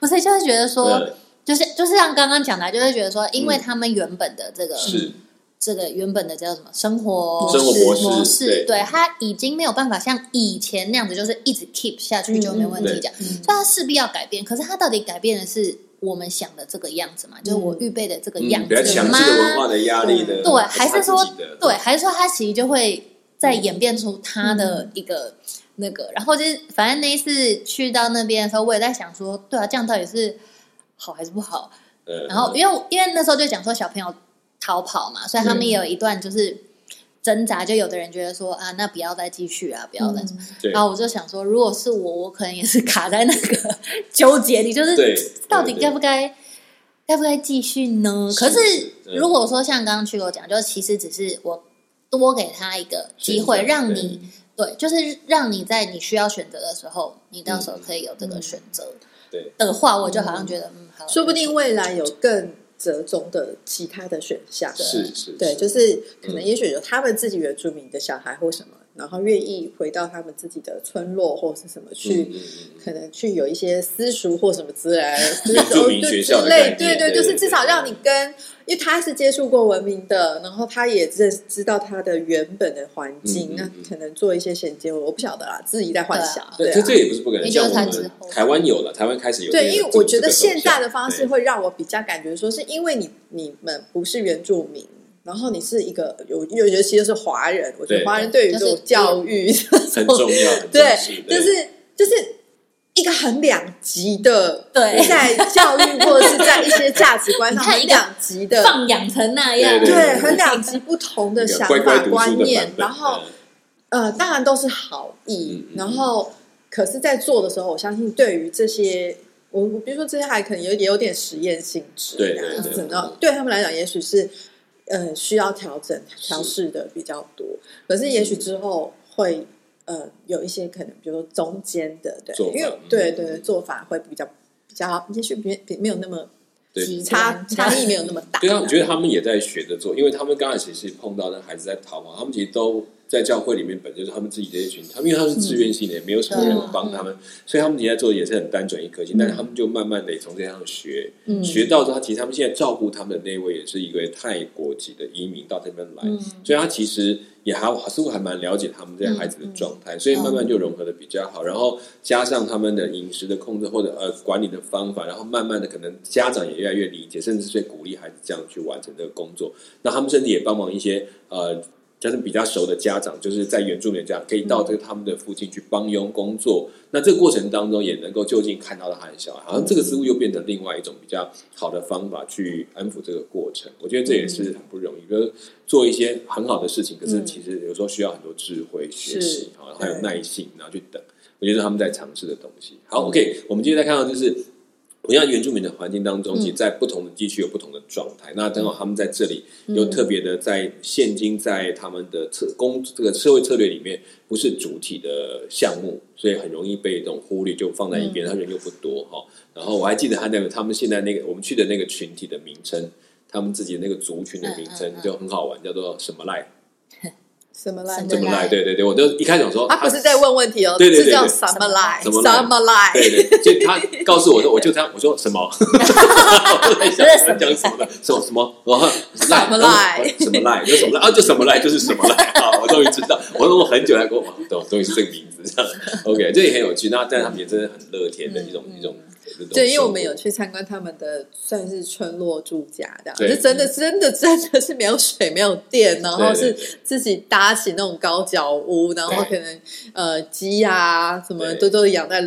S3: 不是，就是觉得说，
S1: 嗯
S3: 就是就是像刚刚讲的，啊就是觉得说，因为他们原本的这个
S1: 是
S3: 这个原本的叫什么生活
S1: 生活模式
S3: 模
S1: 对
S3: 对他已经没有办法像以前那样子，就是一直 keep 下去就没问题这样，
S2: 嗯
S3: 所以他势必要改变。可是他到底改变的是我们想的这个样子嘛？就是我预备的这个样
S1: 嗯，比较
S3: 子
S1: 强
S3: 吗？
S1: 制的文化的压力呢？
S3: 对，还是说
S1: 他自己的
S3: 对，还是说他其实就会再演变出他的一个那个，然后就是反正那一次去到那边的时候，我也在想说，对啊，这样到底是好还是不好？
S1: 嗯
S3: 然后因为因为那时候就讲说小朋友逃跑嘛，所以他们
S1: 对
S3: 也有一段就是挣扎，就有的人觉得说啊，那不要再继续啊，不要
S2: 嗯
S3: 再。
S1: 对
S3: 然后我就想说，如果是我，我可能也是卡在那个纠结里，就是
S1: 对，
S3: 到底
S1: 对
S3: 该不该该不该继续呢？
S1: 是
S3: 可是
S1: 嗯
S3: 如果说像刚刚去给我讲，就其实只是我多给他一个机会，
S1: 选择
S3: 让你对，就是让你在你需要选择的时候，你到时候可以有这个选择
S1: 嗯对
S3: 的话，我就好像觉得嗯，好，
S2: 说不定未来有更折中的其他的选项。
S1: 对是是
S2: 对，
S1: 是
S2: 就是可能
S1: 嗯
S2: 也许有他们自己原住民的小孩或什么，然后愿意回到他们自己的村落或是什么去。
S1: 嗯嗯嗯
S2: 可能去有一些私塾或什么之类的，就是
S1: 原住民
S2: 就
S1: 学校
S2: 之
S1: 的
S2: 类，
S1: 概念
S2: 对
S1: 对对
S2: 就是至少
S1: 对
S2: 让你跟，因为他是接触过文明的，然后他也认知道他的原本的环境，
S1: 嗯嗯
S2: 那
S1: 嗯
S2: 可能做一些衔接，我不晓得啦，自己在幻想。
S1: 对，
S2: 啊
S1: 这这也不是不可能。
S3: 也就
S1: 像
S3: 是
S1: 我
S3: 他之
S1: 们
S3: 后
S1: 台湾有了，台湾开始有这个。
S2: 对，因为
S1: 这
S2: 我
S1: 个
S2: 觉得
S1: 这个
S2: 现在
S1: 走
S2: 的
S1: 向
S2: 方式
S1: 啊对
S2: 会让我比较感觉说，是因为你你们不是原住民，然后你是一个有尤尤其就是华人，我觉得
S1: 对
S2: 华人对于这
S3: 就
S2: 种
S3: 是
S2: 教育，
S1: 很 重要，很重
S2: 对
S1: 视，
S2: 就是就是一个很两极的，
S3: 对
S2: 在教育或者是在一些价值观 上
S3: 你看
S2: 很
S3: 一个
S2: 两极的，
S3: 放养成那样，
S1: 对
S2: 对，
S1: 对
S2: 很两极不同的
S1: 一个
S2: 想
S1: 乖乖
S2: 法
S1: 读书
S2: 观
S1: 的
S2: 念
S1: 版，本
S2: 然后。
S1: 嗯
S2: 呃，当然都是好意，
S1: 嗯嗯
S2: 然后可是，在做的时候，我相信对于这些，我我比如说这些还可能有也有点实验性质，
S1: 对
S2: 这
S1: 对嗯
S2: 样
S3: 对
S2: 子
S1: 对，
S2: 然后对他们来讲，也许是呃需要调整调试的比较多，可是
S1: 嗯
S2: 也许之后会呃有一些可能，比如说中间的，对
S1: 做，法
S2: 因为
S1: 嗯
S2: 对对对，做法会比较比较，也许没没有那么
S1: 对
S3: 极
S2: 差
S3: 端
S2: 差异没有那么大，
S1: 对啊，我觉得他们也在学着做，因为他们刚开始其实碰到那孩子在逃亡，他们其实都在教会里面，本就是他们自己这一群，他们因为他们是自愿性的，也没有什么人
S2: 嗯
S1: 帮
S2: 啊
S1: 他们，所以他们其实在做的也是很单纯一颗心，但是他们就慢慢的从这样学，
S2: 嗯
S1: 学到之后，其实他们现在照顾他们的那位也是一位泰国籍的移民到这边来，
S3: 嗯
S2: 嗯
S1: 所以他其实也还似乎还蛮了解他们这些孩子的状态，所以慢慢就融合的比较好，然后加上他们的饮食的控制或者呃管理的方法，然后慢慢的可能家长也越来越理解，甚至是鼓励孩子这样去完成这个工作。那他们甚至也帮忙一些呃，就是比较熟的家长，就是在原住民的家长，可以到这个他们的附近去帮佣工作。那这个过程当中也能够就近看到他很小孩，好像这个似乎又变成另外一种比较好的方法去安抚这个过程。我觉得这也是很不容易，就是做一些很好的事情，可是其实有时候需要很多智慧、学习，好，然后还有
S2: 对
S1: 耐性，然后去等。我觉得是他们在尝试的东西。好，OK，我们接下来看到就是同样原住民的环境当中，其实在不同的地区有不同的状态。那正好他们在这里有特别的在现今在他们的策工这个社会策略里面不是主体的项目，所以很容易被这种忽略，就放在一边。他人又不多哈。然后我还记得他那个他们现在那个我们去的那个群体的名称，他们自己那个族群的名称
S3: 嗯嗯嗯
S1: 就很好玩，叫做什么赖。
S2: 什么来？
S1: 怎么来？
S3: 来
S1: 对对对，我就一开始我说
S2: 他不啊是在问问题哦，
S1: 对对对
S2: 是叫
S1: 对
S2: 什么来？
S1: 什么来
S2: 什么来？
S1: 对对，所以他告诉我说，我就这样，我说什么？我在想他讲什么呢？什么什么？然后赖
S2: 什么赖
S1: 什么赖？就什么赖啊？就什么赖？就是什么赖啊！我终于知道，我我很久才跟我哇懂，终于是这个名字这样。OK，这也很有趣。那但他们也真的很乐天的一种一种。一种
S2: 嗯对，因为我们
S1: 生活
S2: 有去参观他们的算是村落住家的，
S1: 对
S2: 就真的真的真的是没有水没有电，然后
S1: 对
S2: 是
S1: 对
S2: 自己搭起那种高脚屋，然后可
S1: 对
S2: 能呃鸡啊什么
S1: 对
S2: 都都养在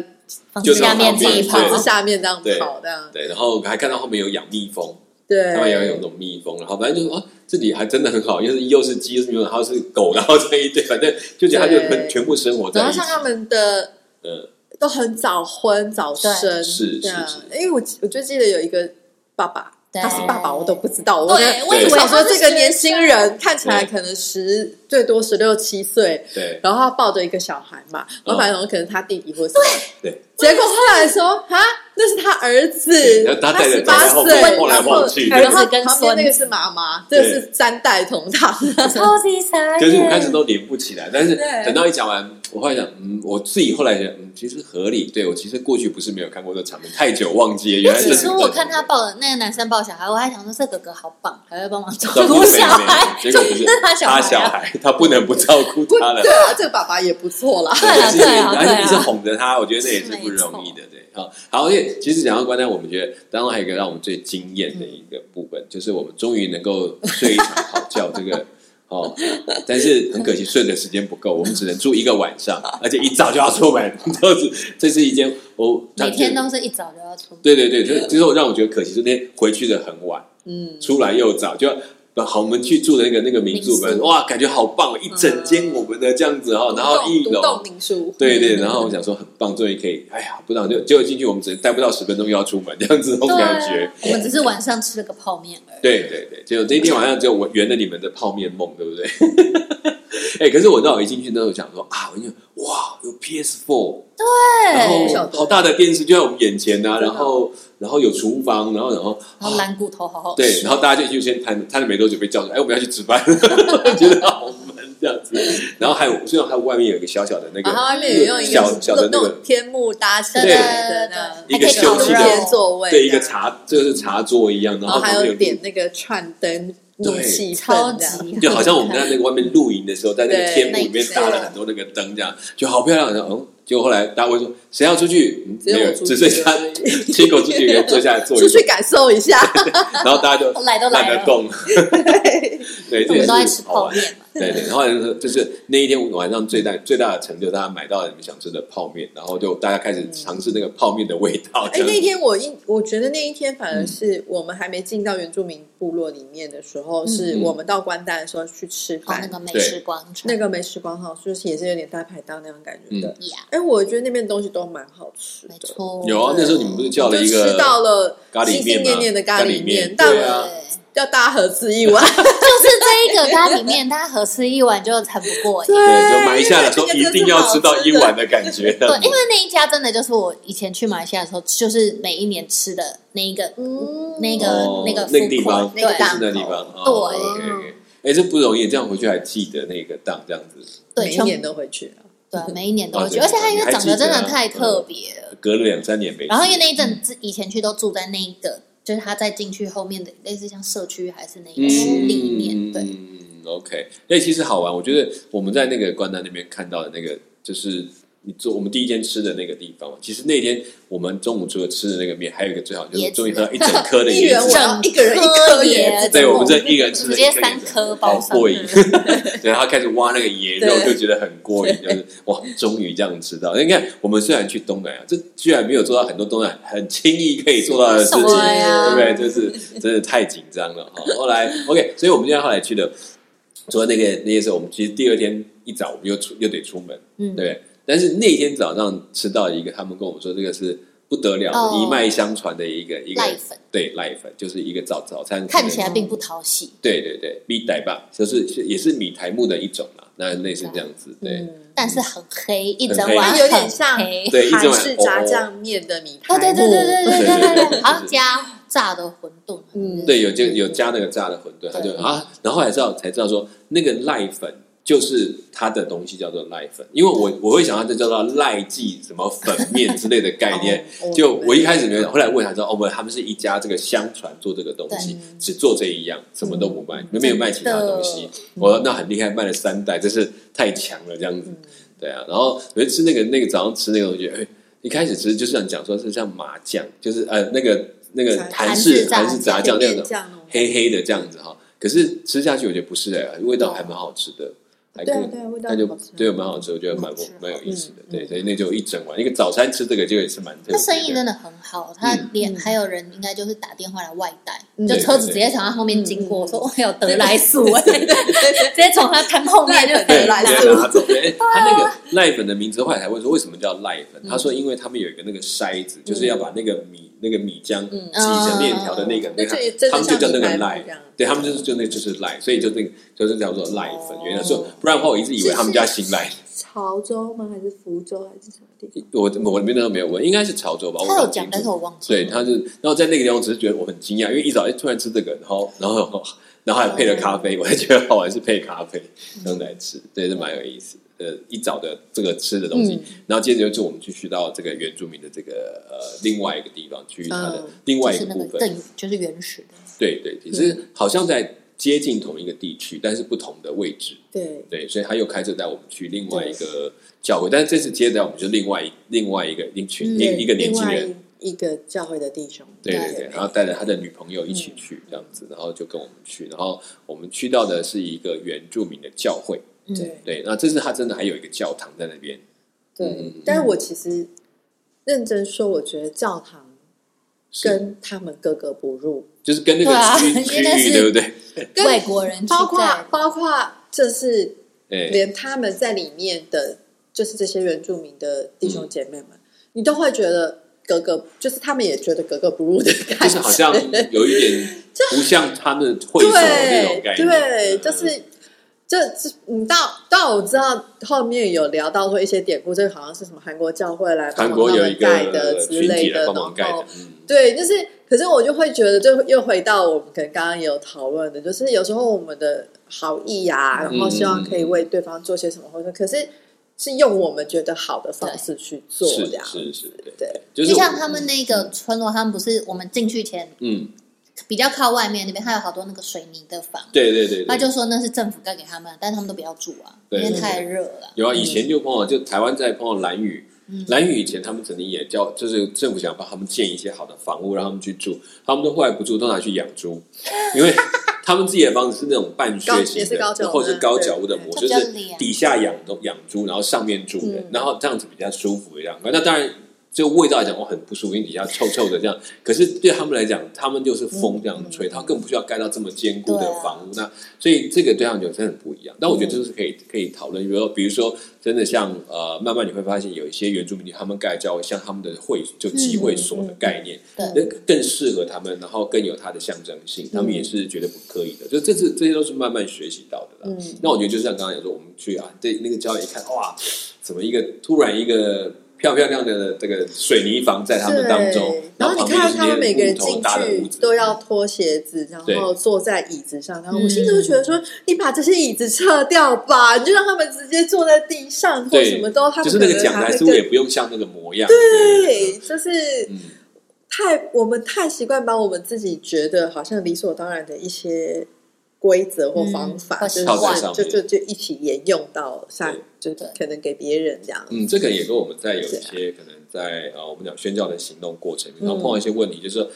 S3: 房
S1: 就
S3: 子
S1: 是
S3: 下面
S1: 房
S3: 自
S1: 子
S3: 己跑
S1: 对，
S2: 房子下面这样跑这样，
S1: 对，然后还看到后面有养蜜蜂，
S2: 对，
S1: 他们有养那种蜜蜂，然后反正就是哦，自己还真的很好，又是又是鸡，又是牛，然后是狗，然后这一堆，反正就觉得他就
S2: 对
S1: 很全部生活
S2: 然
S1: 在
S2: 后
S1: 一起
S2: 像。他们的
S1: 嗯，
S2: 都很早婚早生，
S3: 对
S1: 是
S2: 对啊
S1: 是
S2: 因为我记我就记得有一个爸爸。
S3: 对
S2: 他是爸爸，我都不知道。我
S3: 对，
S1: 我
S3: 我
S1: 以为
S3: 以为
S1: 对
S2: 想说这个年轻人看起来
S1: 对
S2: 可能十最多十六七岁，
S1: 对
S2: 然后他抱着一个小孩嘛，
S1: 嗯
S2: 老板娘可能他弟弟或什么，
S1: 对。
S2: 结果后来说啊，那是他儿子，
S1: 然后他带
S2: 十
S1: 着
S2: 八
S1: 然后
S2: 岁，
S1: 晃来晃去
S2: 然后
S3: 儿子跟
S2: 旁边那个
S3: 孙
S2: 是妈妈，
S1: 对
S2: 这是三代同堂，
S3: 超级傻眼，
S1: 就是我开始都连不起来，但是
S2: 对
S1: 等到一讲完，我后来想，嗯，我自己后来觉得，嗯，其实合理。对我其实过去不是没有看过这场面，太久忘记了。原来
S3: 起
S1: 这
S3: 初
S1: 是
S3: 我看他抱那个男生抱小孩，我还想说这哥哥好棒，还会帮忙照
S1: 照顾
S3: 顾
S1: 妹妹
S3: 小孩，
S1: 结果不是
S3: 就是他小
S1: 他小
S3: 孩啊，
S1: 孩，他不能不照顾
S2: 不
S1: 他了
S2: 对。啊，这个爸爸也不错啦，
S3: 对啊
S1: 是
S3: 对啊
S1: 然后
S3: 对啊
S1: 一直哄着他，我觉得这也是不容易的，对。好，好，因为其实讲到关丹，我们觉得当中还有一个让我们最惊艳的一个部分，就是我们终于能够睡一场好觉，这个。 哦，但是很可惜，睡的时间不够，我们只能住一个晚上，而且一早就要出门， 就是这是一间我
S3: 每天都是一早就要出，
S1: 对对对，就是就是我让我觉得可惜，就那天回去的很晚，
S2: 嗯，
S1: 出来又早，就好，我们去住的那个那个民宿
S3: 民
S1: 们，
S3: 宿嗯
S1: 哇，感觉好棒哦，一整间我们的这样子哈，然后一
S2: 独
S1: 楼
S2: 栋民宿，
S1: 对对，然后我想说很棒，终于可以，哎呀，不知道就结果进去，我们只待不到十分钟又要出门， 这样子那种
S3: 啊
S1: 感觉。
S3: 我们只是晚上吃了个泡面而已。
S1: 对对对，结果那天晚上只有我圆了你们的泡面梦，对不对？ 哎，可是我知道我一进去那时候想说啊，我就哇，有 PS Four，
S3: 对，
S1: 然
S2: 小
S1: 后
S2: 的
S1: 好大的电视就在我们眼前呐、
S2: 真的
S1: 然后然后有厨房，然后然后啊
S3: 然后蓝骨头好好吃，
S1: 对，然后大家就就先谈谈了没多久被叫出来，哎，我们要去值班，觉得好闷这样子。然后还有，虽然还有外面有一个小小的那个
S2: 然后外面有用一
S1: 小
S2: 个
S1: 小的那
S2: 那
S1: 个
S2: 种天幕搭起来
S1: 对
S2: 的那
S1: 一个
S3: 还可以
S1: 休
S3: 烤
S1: 息
S3: 肉
S1: 的
S2: 天座位，
S1: 对一个，茶，就是茶座一样，然
S2: 然后
S1: 后
S2: 还
S1: 旁边
S2: 有
S1: 露
S2: 点那个串灯弄气氛
S3: 超
S2: 这样
S3: 级
S1: 就好像我们在那个外面露营的时候，在那个
S2: 对
S1: 天幕里面搭了很多那个灯，这样就好漂亮。然后哦，结果后来大家会说谁要出去？嗯
S2: 只
S1: 没
S2: 有
S1: 有，
S2: 我出
S1: 只
S2: 去
S1: 剩下
S2: 而
S1: 七狗出去，一个人坐下来坐
S2: 出
S1: 一坐
S2: 去，感受一下，
S1: 然后大家就
S3: 来都
S1: 懒
S3: 来
S1: 得
S3: 了，
S1: 动。对，这也是好
S3: 我们都在吃泡
S1: 玩。
S3: 面嘛。
S1: 对对，然后就是就是那一天晚上最大最大的成就，大家买到了你们想吃的泡面，然后就大家开始尝试那个泡面的味道。
S2: 哎、
S1: 这样
S2: 那天我一我觉得那一天反而是我们还没进到原住民部落里面的时候，是
S1: 嗯
S2: 我们到关丹的时候去吃
S3: 哦，
S2: 饭，
S3: 那个美食广场，
S2: 那个美食广场就是也是有点大排档那样感觉的。
S1: 嗯
S3: 呀，
S2: 哎、我觉得那边的东西都蛮好吃
S3: 没
S2: 的，
S3: 错，
S1: 有啊，那时候你们不是叫了
S2: 就
S1: 一个
S2: 吃到了
S1: 咖喱
S2: 心
S1: 面
S2: 心
S1: 吗
S2: 念念的咖
S1: 喱面，
S2: 喱面
S1: 对
S2: 但
S1: 啊，
S3: 对
S2: 要大家合吃一碗，
S3: 就是这一个咖喱面，大家合吃一碗就很不过瘾。
S1: 对，就买下来
S2: 这
S1: 说
S2: 个
S1: 一
S2: 真的
S1: 定
S2: 是
S1: 要
S2: 好
S1: 吃到
S2: 吃
S1: 一
S2: 的
S1: 碗的感觉。这
S3: 对，
S1: 样子
S3: 因为那一家真的就是我以前去马来西亚的时候，就是每一年吃的那一个
S2: 嗯
S3: 那个
S1: 哦，那
S3: 个
S1: 个地方，
S3: 那
S1: 就
S3: 个
S1: 是
S2: 档
S1: 那地
S2: 口
S1: 方，哦
S3: 对
S1: OK，OK，哎，这不容易，这样回去还记得那个档这样子，
S3: 对
S2: 每一
S3: 全部
S2: 年都会去啊。
S3: 对，每一年都会
S1: 哦对
S3: 去，而且它因为长得真的
S1: 嗯
S3: 太特别了。
S1: 隔了两三年没去。
S3: 然后因为那一阵子以前去都住在那一个，就是他在进去后面的类似像社区还是那一个区里面，对，
S1: 嗯，OK，那其实好玩，我觉得我们在那个关丹那边看到的那个，就是你做我们第一天吃的那个地方，其实那天我们中午除了吃的那个面，还有一个最好就是
S3: 椰子
S1: 终于喝到一整颗 的
S2: 一
S1: 椰
S2: 人
S1: 子
S2: 我。要一个人一
S3: 颗
S2: 颗椰
S3: 椰
S2: 子
S3: 子
S1: 对，我们这一人吃了
S3: 直
S1: 一颗
S3: 接
S1: 椰子
S3: 三颗
S1: 好
S3: 包上，
S1: 过瘾。 对，然后开始挖那个椰肉，就
S2: 对
S1: 觉得很过瘾，就是哇，终于这样吃到。你看，我们虽然去东南亚，这居然没有做到很多东南亚很轻易可以做到的事情，
S3: 对
S1: 对
S3: 啊
S1: 不对？就是真的太紧张了哈。后来 OK，所以我们现在后来去的，除了那个那些时候，我们其实第二天一早我们又出又得出门，对
S3: 嗯
S1: 不对？但是那天早上吃到一个，他们跟我们说这个是不得了的，
S3: 哦
S1: 一脉相传的一个一个
S3: 赖粉
S1: 对赖粉，就是一个早早餐
S3: 看起来并不讨喜。
S1: 对对对，米苔吧，就是是也是米苔木的一种啦，那类似这样子，对、
S2: 嗯
S3: 但是很黑，一整
S1: 很
S3: 碗
S2: 它
S3: 很
S2: 有点像
S3: 黑
S1: 对一哦整
S2: 韩
S1: 碗
S2: 式炸酱面的米苔
S3: 哦，
S2: 木，
S3: 对对对对对对对对
S1: 对
S3: 对，好像加炸的馄饨，
S2: 嗯。
S1: 对，有这有加那个炸的馄饨，他就
S3: 对
S1: 啊，然后后来知道才知道说那个赖粉就是它的东西叫做赖粉，因为我我会想到这叫做赖记什么粉面之类的概念
S2: 哦
S1: 就
S2: 哦
S1: 我一开始没有想，后来问他说：“哦，不，他们是一家这个相传做这个东西，只做这一样，什么都不卖，没有卖其他东西。”我说：“那很厉害，卖了三代，真是太强了，这样
S2: 嗯
S1: 子。”对啊，然后我就吃那个那个早上吃那个东西，哎，一开始吃就是想讲说是像麻酱，就是呃那个那个韩
S3: 韩
S1: 式
S3: 式炸
S1: 韩式炸酱
S2: 甜
S1: 那种
S2: 面。酱哦，
S1: 黑黑的这样子哈。可是吃下去我觉得不是哎、味道还蛮好吃的，还
S2: 对
S1: 跟
S2: 啊对啊，味道
S1: 那就
S2: 很好吃
S1: 对蛮好吃，我觉得蛮
S3: 好吃
S1: 蛮有意思的。
S2: 嗯
S1: 对，所以那就一整碗，一个早餐吃这个就也是蛮特别
S3: 他
S1: 的。
S3: 生意真的很好，他连
S2: 嗯
S3: 还有人应该就是打电话来外带，
S2: 嗯
S3: 就车子直接从他后面经
S1: 嗯
S3: 过，我说我有得来速，哎 直接从他摊后面就
S1: 对，
S3: 得
S2: 赖
S3: 来啊
S2: 粉
S1: 直
S3: 速，
S1: 接拿走。哎，他那个赖粉的名字，后来还问说为什么叫赖粉？
S3: 嗯
S1: 他说因为他们有一个那个筛子，就是要把那个米那个米浆
S3: 嗯
S1: 挤成面条的那个，
S2: 哦那
S1: 那
S2: 就
S1: 个
S2: 也真
S1: 他
S2: 的
S1: 们就
S2: 像
S1: 叫那
S2: 米
S1: 个
S2: 白
S1: 赖
S2: 饭这。样。
S1: 对他们就是就那个就是赖，所以就那个就是叫做赖粉
S2: 哦。
S1: 原来说，不然的话我一直以为他们家新赖。
S2: 潮州吗？还是福州？还是什么地方？
S1: 我我那边都没有问，应该是潮州吧？我
S3: 他有
S1: 搞不清
S3: 讲
S1: 楚，
S3: 但是我忘记
S1: 对，
S3: 了。
S1: 他是，然后在那个地方，我只是觉得我很惊讶，因为一早哎突然吃这个，然后 然后然后还配了咖
S3: 嗯
S1: 啡，我还觉得好玩是配咖啡，然后来吃，对，是蛮有意思的。呃，一早的这个吃的东西，
S3: 嗯
S1: 然后接着就我们就去到这个原住民的这个呃另外一个地方，去它的
S2: 嗯
S1: 另
S3: 就
S1: 外一
S3: 是
S1: 个
S3: 那
S1: 部分，
S3: 个更就是原始的，
S1: 对对，其实好像在接近同一个地区，但是不同的位置，
S2: 对，
S1: 对，所以他又开车带我们去另外一个教会，但是这次接着我们就另外一另外一个一群
S3: 嗯
S1: 一一个年
S2: 另
S1: 轻
S2: 外
S1: 人，
S2: 一个教会的弟兄，
S1: 对对
S3: 对
S1: 对，然后带着他的女朋友一起
S2: 嗯
S1: 去这样子，然后就跟我们去，然后我们去到的是一个原住民的教会，
S3: 嗯，
S2: 对
S1: 对，那这次他真的还有一个教堂在那边，
S2: 对
S1: 嗯。
S2: 但是我其实认真说，我觉得教堂
S1: 是
S2: 跟他们格格不入，
S1: 就是跟那个
S3: 对啊
S1: 区、
S3: 应该
S1: 区域
S3: 是
S1: 对不对？
S2: 跟
S3: 外国人去
S2: 包括
S3: 在
S2: 包括就是
S1: 哎，
S2: 连他们在里面的，就是这些原住民的弟
S1: 嗯
S2: 兄姐妹们，你都会觉得格格，就是他们也觉得格格不入的感觉，
S1: 就是好像有一 点不像他们会所那种
S2: 对
S1: 概念，
S2: 对，
S1: 嗯
S2: 就是。这这，你到到我知道后面有聊到说一些典故，这个好像是什么韩国教会来帮
S1: 韩
S2: 忙
S1: 国
S2: 他
S1: 有一
S2: 们
S1: 个
S2: 盖的之
S1: 群体
S2: 类
S1: 来
S2: 的，
S1: 帮忙盖
S2: 然后
S1: 的，嗯，
S2: 对，就是，可是我就会觉得，就又回到我们可能刚刚也有讨论的，就是有时候我们的好意啊，然后希望可以
S1: 嗯
S2: 为对方做些什么，或者可是是用我们觉得好的方式去做
S1: 是
S2: 这样，
S1: 是是，对，
S2: 对，
S1: 就是
S3: 就像
S1: 我
S3: 他们那个村落，他们不是我们进去前
S1: 嗯，
S3: 比较靠外面那边，它有好多那个水泥的房，
S1: 对对对，对
S3: 他就说那是政府盖给他们，但他们都不要住啊，因
S1: 对
S3: 为太热了。
S1: 有啊，
S2: 嗯
S1: 以前就碰到，就台湾在碰到蓝雨，蓝雨以前他们曾经也叫，就是政府想帮他们建一些好的房屋，让他们去住，他们都后来不住，都拿去养猪，因 为他们自己的房子是那种半
S2: 高
S1: 穴型
S2: 也是高脚
S1: 的，
S2: 屋
S1: 或者是高脚屋的
S2: 对
S1: 模，
S3: 对
S1: 就
S3: 这比
S1: 是
S3: 较凉
S1: 底下养东养猪，然后上面住人，
S2: 嗯
S1: 然后这样子比较舒服一样。那当然。就味道来讲，我哦很不舒服，因为底下臭臭的这样。可是对他们来讲，他们就是
S2: 嗯
S1: 风这样吹，他更不需要盖到这么坚固的
S3: 对啊
S1: 房屋。那所以这个对他们真的很不一样。但我觉得
S2: 嗯
S1: 这是可以可以讨论，比如说，比如说，真的像呃，慢慢你会发现有一些原住民他们盖教会，像他们的会就集会所的概念，
S3: 嗯
S1: 那更适合他们，然后更有它的象征性，他们
S2: 嗯
S1: 也是觉得不可以的。就这次这些都是慢慢学习到的啦。
S2: 嗯
S1: 那我觉得就像刚刚讲说，我们去啊，对那个教会一看，哇，怎么一个突然一个。漂漂亮亮的这个水泥房在他们当中
S2: 对，然后
S1: 旁
S2: 你
S1: 边
S2: 看
S1: 就是
S2: 到他们每个人
S1: 那些木头
S2: 进
S1: 搭的屋
S2: 去
S1: 子
S2: 都要脱鞋子，然
S1: 对
S2: 后坐在椅子上，然后我
S3: 嗯
S2: 心里就觉得说，你把这些椅子撤掉吧， 你就让他们直接坐在地上或
S1: 对
S2: 什么都，他
S1: 就
S2: 们
S1: 是
S2: 可
S1: 那个
S2: 能
S1: 讲
S2: 还
S1: 台
S2: 会
S1: 似乎也
S2: 更
S1: 不用像那个模样。对
S2: 对，就是。
S1: 嗯，
S2: 太我们太习惯把我们自己觉得好像理所当然的一些规则或方法，
S3: 嗯
S1: 套在
S2: 就
S1: 上
S2: 是就
S1: 面
S2: 就就一起沿用到上，就
S3: 对
S2: 可能给别人这样。
S1: 嗯，这个也跟我们在有一
S2: 是啊
S1: 些可能在呃，我们讲宣教的行动过程，然后碰到
S2: 嗯
S1: 一些问题，就是说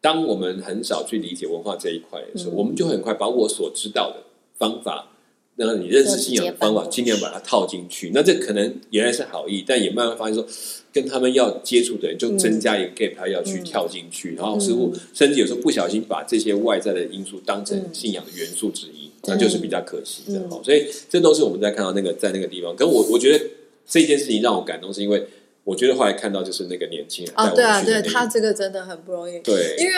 S1: 当我们很少去理解文化这一块的时候，
S2: 嗯
S1: 我们就会很快把我所知道的方法，那你认识信仰的方法，
S3: 就直接搬过去
S1: 尽量把它套进去。那这可能原来是好意，但也慢慢发现说，跟他们要接触的人就增
S2: 嗯
S1: 加一个 gap，他要去跳进去，然后似乎甚至有时候不小心把这些外在的因素当成信仰的元素之一，那就是比较可惜的。
S2: 嗯
S1: 哦所以这都是我们在看到那个在那个地方，跟我我觉得。这件事情让我感动，是因为我觉得后来看到就是那个年轻人带
S2: 哦，
S1: 我
S2: 对啊，
S1: 们去
S2: 对
S1: 的那一
S2: 他这个真的很不容易，
S1: 对
S2: 因为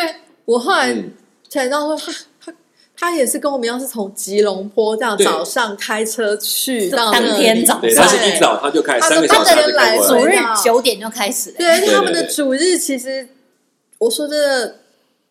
S2: 我后来
S1: 嗯
S2: 才知道说他他他也是跟我们一样是从吉隆坡这样
S1: 对
S2: 早上开车去到
S3: 当天早上
S1: 对，他是一早他就开
S2: 他
S1: 三个
S2: 说
S1: 小
S2: 他
S1: 时
S2: 的
S1: 他就
S2: 人
S1: 开
S2: 来
S1: 过
S3: 主
S1: 来，
S3: 日九点就开始了，
S2: 对，而且他们
S1: 对对
S2: 的
S1: 对
S2: 主日其实，我说真的，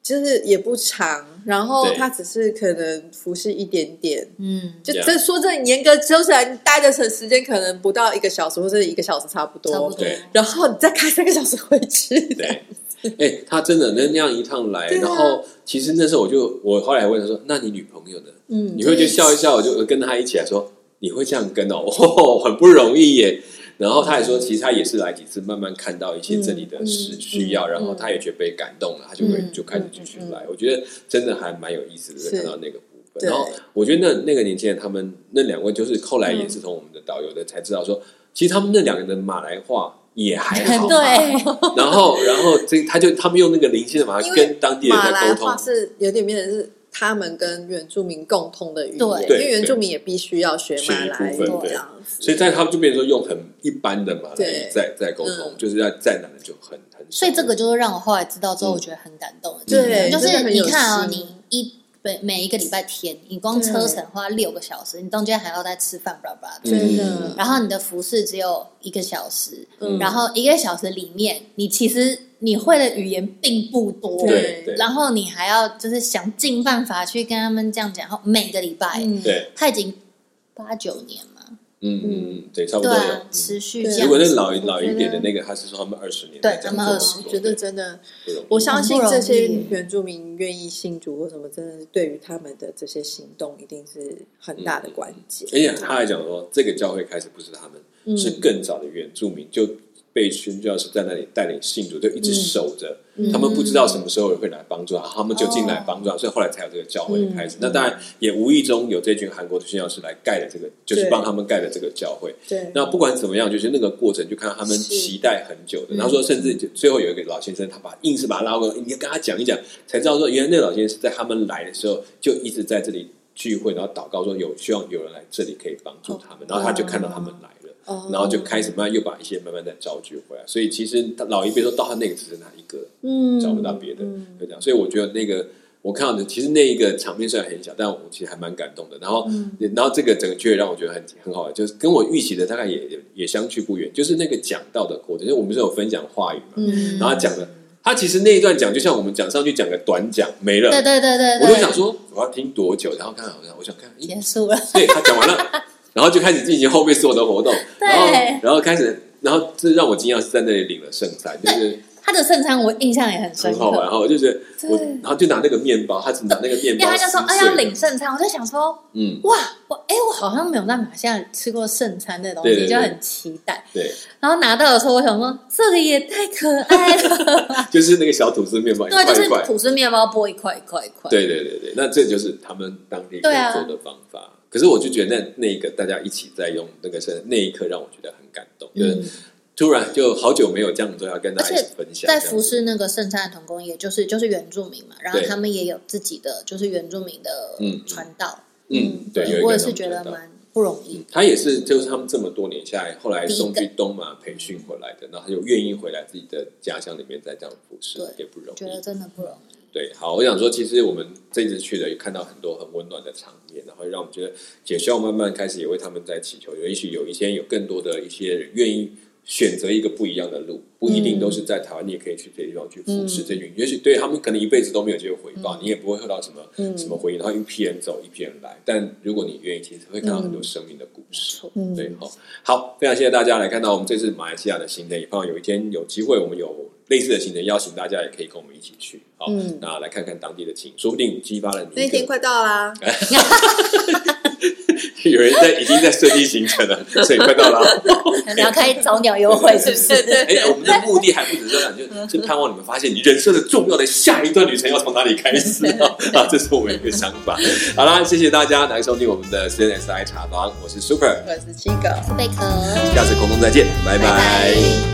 S2: 就是也不长，然后
S1: 对
S2: 它只是可能服侍一点点。
S3: 嗯，
S2: 就
S1: Yeah
S2: 这说真的，严格抽起来，你待的时时间可能不到一个小时，或者一个小时差不多。
S3: 差不多
S1: 对。
S2: 然后你再开三个小时回去，
S1: 对， 哎、他真的那那样一趟来，
S2: 对啊
S1: 然后其实那时候我就我后来问他说：“那你女朋友呢？”
S2: 嗯
S1: 你会就笑一笑，我就跟他一起来说：“你会这样跟哦， 哦很不容易耶。”然后他也说，其实他也是来几次，慢慢看到一些这里的需
S2: 嗯嗯
S1: 需要，
S2: 嗯
S1: 然后他也觉得被感动了，他就会
S3: 嗯
S1: 就开始继续来。我觉得真的还蛮有意思的，
S2: 是
S1: 看到那个部分。
S2: 对
S1: 然后我觉得那那个年轻人，他们那两位就是后来也是从我们的导游的才知道说，其实他们那两个人的马来话也还 好，
S3: 哎对，
S1: 然后，然后这他就他们用那个灵性的法
S2: 因为
S1: 跟当地人
S2: 马
S1: 在
S2: 来
S1: 沟通
S2: 话，是有点变成是他们跟原住民共通的语言，
S3: 对
S2: 因为原住民也必须要学马来
S1: 学一
S2: 语
S1: 部
S3: 分对
S2: 这样子。
S1: 所以在他们就变成说用很一般的马来
S2: 对
S1: 语在在沟通，
S2: 嗯
S1: 就是在在哪里就很很少。
S3: 所以这个就是让我后来知道之后，
S1: 嗯
S3: 我觉得很感动。
S2: 嗯对
S3: 就
S2: 真的
S3: 是
S2: 很
S3: 你
S2: 有
S3: 看哦，
S2: 心
S3: 你一每每一个礼拜天，你光
S2: 对
S3: 车程花六个小时，你中间还要再吃饭，巴拉巴拉的。
S2: 真的
S1: 嗯
S3: 然后你的服饰只有一个小时，
S2: 嗯
S3: 然后一个小时里面，你其实你会的语言并不多，
S1: 对对
S3: 然后你还要就是想尽办法去跟他们这样讲，然后每个礼拜，
S2: 嗯，
S1: 对，
S3: 他已经八九年嘛，
S1: 嗯嗯嗯，对，差不
S3: 对
S1: 多有。
S3: 啊
S1: 嗯，
S3: 持续
S2: 对
S3: 这
S1: 如
S3: 样
S1: 果那
S3: 子，
S1: 老一
S2: 我
S1: 老一
S2: 觉
S1: 点的
S2: 得
S1: 那个，他是说他们二十年
S3: 对
S1: 在这样
S3: 他们
S1: 做
S3: 20
S2: 我
S1: 工作
S2: 呃觉得
S1: 对
S2: 真的，
S1: 不容易
S2: 我相信
S3: 很不
S2: 这
S3: 容易
S2: 些原住民愿意信主或什么，真的是对于他们的这些行动一定是很大的关键。
S1: 而且哎他还讲说，这个教会开始不是他们，
S2: 嗯
S1: 是更早的原住民就被宣教士在那里带领信徒，就一直守着。
S2: 嗯
S1: 他们不知道什么时候会来帮助他，他们就进来帮助他，所以后来才有这个教会的开始。那当然也无意中有这群韩国的宣教士来盖了这个，就是帮他们盖了这个教会。
S2: 对，
S1: 那不管怎么样，就是那个过程，就看到他们
S2: 是
S1: 期待很久的。然后说，甚至就最后有一个老先生，他把硬是把他拉过来，你要跟他讲一讲，才知道说，原来那个老先生在他们来的时候就一直在这里聚会，然后祷告说有希望有人来这里可以帮助他们，然后他就看到他们来了。
S2: 哦
S1: 然后就开始慢慢又把一些慢慢再招聚回来，所以其实他老一辈说到他那个只剩他一个，
S2: 嗯
S1: 找不到别的
S2: 嗯，
S1: 就这样。所以我觉得那个我看到的，其实那一个场面虽然很小，但我其实还蛮感动的。然后，
S3: 嗯
S1: 然后这个整个剧也让我觉得很很好玩，就是跟我预期的大概也也也相去不远。就是那个讲道的过程，因为我们是有分享话语嘛，
S2: 嗯
S1: 然后他讲的，他其实那一段讲，就像我们讲上去讲个短讲没了，
S3: 对对对对
S1: 我
S3: 对，
S1: 都想说我要听多久，然后看好像我想看，咦
S3: 结束了，
S1: 对他讲完 了，然后就开始进行后面所有的活动，
S3: 对
S1: 然后然后开始，然后这让我惊讶是在那里领了圣餐，就是
S3: 他的圣餐我印象也很深
S1: 很好
S3: 刻，
S1: 玩，然后我就觉得我，然后就拿那个面包，他只拿那个面
S3: 因为
S1: 包，
S3: 他就说：“哎，要领，圣餐。”我就想说
S1: 嗯，：“
S3: 哇，我哎，我好像没有在马来西亚吃过圣餐这东
S1: 对对
S3: 西，
S1: 对
S3: 就很期待。
S1: 对，”
S3: 然后拿到的时候，我想说：“这个也太可爱 了。
S1: 就是那个小吐司面包，”一
S3: 啊对，
S1: 块
S3: 就
S1: 一
S3: 是
S1: 块，
S3: 吐司面包剥一块一块一块。
S1: 对对对对，那这就是他们当地可
S3: 对啊
S1: 以做的方法。可是我就觉得那那个大家一起在用那个是那一刻让我觉得很感动，就是
S3: 嗯，
S1: 突然就好久没有这样子要跟大家一起分享，这样
S3: 在
S1: 子
S3: 服侍那个圣餐的童工，也就是就是原住民嘛，然后
S1: 对
S3: 他们也有自己的就是原住民的
S1: 嗯
S3: 传道。
S1: 嗯，对，有一个
S3: 我也
S1: 让
S3: 是
S1: 们
S3: 觉得
S1: 到
S3: 蛮不容易。
S1: 他也是，就是他们这么多年下来，后来
S3: 第一个
S1: 送去东马培训回来的，然后他就愿意回来自己的家乡里面再这样服侍
S3: 对，
S1: 也不容
S3: 觉得
S1: 易。
S3: 真的不容 易。
S1: 对，好，我想说，其实我们这次去了，也看到很多很温暖的场面，然后让我们觉得，也希望慢慢开始也为他们在祈求，也许有一天有更多的一些人愿意选择一个不一样的路，不一定都是在台湾，你也可以去别的地方去服侍这群，也许对他们可能一辈子都没有这个回报，你也不会受到什么、什么回应，然后一批人走，一批人来，但如果你愿意，其实会看到很多生命的故事。
S3: 错
S2: 嗯
S1: 对，好，好，非常谢谢大家来看到我们这次马来西亚的行程，也希望有一天有机会，我们有类似的行程，邀请大家也可以跟我们一起去，好，
S2: 嗯
S1: 那来看看当地的情，说不定激发了你
S2: 那
S1: 一
S2: 一天
S1: 个。
S2: 快到啦，
S1: 有人在已经在设计行程了，所以快到了。
S3: 可能要开早鸟优惠， 是不是？
S1: 哎，我们的目的还不止这样， 就是盼望你们发现你人生的重要的下一段旅程要从哪里开 始啊！啊，这是我们一个想法。好啦，谢谢大家来收听我们的 CNSI 茶房，我是 Super，
S2: 我是七个。
S3: 贝壳，
S1: 下次空中再见，拜
S3: 拜拜。